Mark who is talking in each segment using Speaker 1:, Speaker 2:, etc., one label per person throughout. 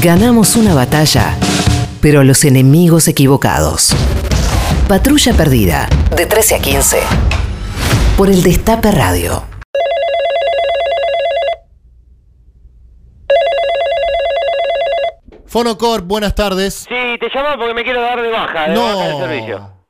Speaker 1: Ganamos una batalla, pero a los enemigos equivocados. Patrulla perdida, de 13 a 15, por el Destape Radio.
Speaker 2: Fonocor, buenas tardes.
Speaker 3: Sí, te llamaba porque me quiero dar de baja, Ah, de baja del servicio.
Speaker 2: No.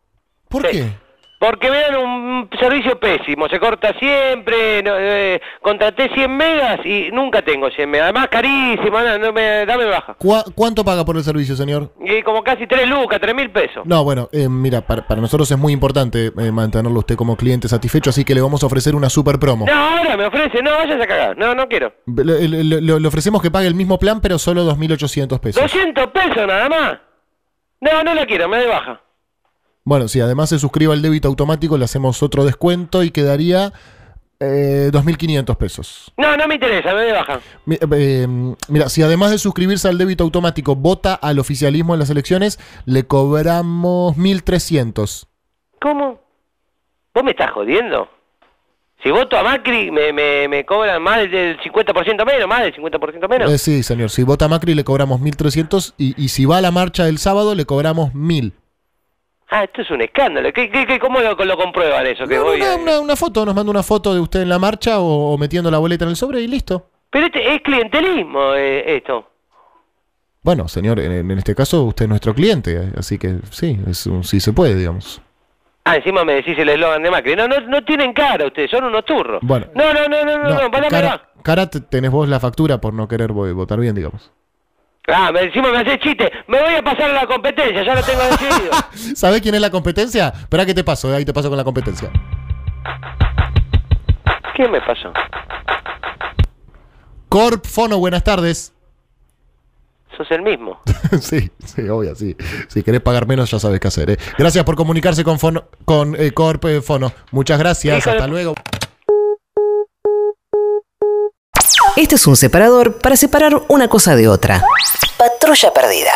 Speaker 2: ¿Por
Speaker 3: Sí.
Speaker 2: qué?
Speaker 3: Porque me dan un servicio pésimo, se corta siempre, no, eh, contraté 100 megas y nunca tengo 100 megas, además carísimo, no, no me, dame baja.
Speaker 2: ¿Cuá- ¿Cuánto paga por el servicio, señor?
Speaker 3: Y como casi 3 lucas, 3 mil pesos.
Speaker 2: No, bueno, eh, mira, para, para nosotros es muy importante eh, mantenerlo a usted como cliente satisfecho, así que le vamos a ofrecer una super promo.
Speaker 3: No, ahora me ofrece, no, vayas a cagar, no, no quiero.
Speaker 2: Le, le- le- le ofrecemos que pague el mismo plan, pero solo 2.800 pesos.
Speaker 3: 200 pesos nada más. No, no la quiero, me de baja.
Speaker 2: Bueno, si además se suscriba al débito automático, le hacemos otro descuento y quedaría eh, 2.500 pesos.
Speaker 3: No, no me interesa, me de baja.
Speaker 2: Mi- eh, eh, Mira, si además de suscribirse al débito automático vota al oficialismo en las elecciones, le cobramos 1.300.
Speaker 3: ¿Cómo? ¿Vos me estás jodiendo? Si voto a Macri, me, me, me cobran más del 50% menos, más del 50% menos.
Speaker 2: Eh, sí, señor. Si vota Macri le cobramos 1.300 y, y si va a la marcha del sábado le cobramos 1.000.
Speaker 3: Ah, esto es un escándalo. ¿Qué, qué, qué, ¿Cómo lo, lo comprueban eso? Que
Speaker 2: No, no,
Speaker 3: voy
Speaker 2: una,
Speaker 3: a-
Speaker 2: una- una foto, nos manda una foto de usted en la marcha o, o metiendo la boleta en el sobre y listo.
Speaker 3: Pero este, es clientelismo eh, esto.
Speaker 2: Bueno, señor, en, en este caso usted es nuestro cliente, eh, así que sí, es un sí se puede, digamos.
Speaker 3: Ah, encima me decís el eslogan de Macri. No, no, no tienen cara ustedes, son unos turros.
Speaker 2: Bueno.
Speaker 3: No, no, no, no, no, no, pará,
Speaker 2: cara, cara te- tenés vos la factura por no querer vo- votar bien, digamos.
Speaker 3: pará. Ah, me, encima me haces chiste. Me voy a pasar a la competencia, ya lo tengo decidido.
Speaker 2: ¿Sabés quién es la competencia? Espera que te paso, eh, ahí te paso con la competencia.
Speaker 3: ¿Qué me pasó?
Speaker 2: Corp Fono, buenas tardes.
Speaker 3: Sos el mismo.
Speaker 2: sí, sí, obvio, sí. Si querés pagar menos, ya sabes qué hacer. ¿eh? Gracias por comunicarse con, Fono, con eh, Corp eh, Fono. Muchas gracias,
Speaker 3: Hijo de-
Speaker 2: hasta luego.
Speaker 1: Este es un separador para separar una cosa de otra. Patrulla perdida.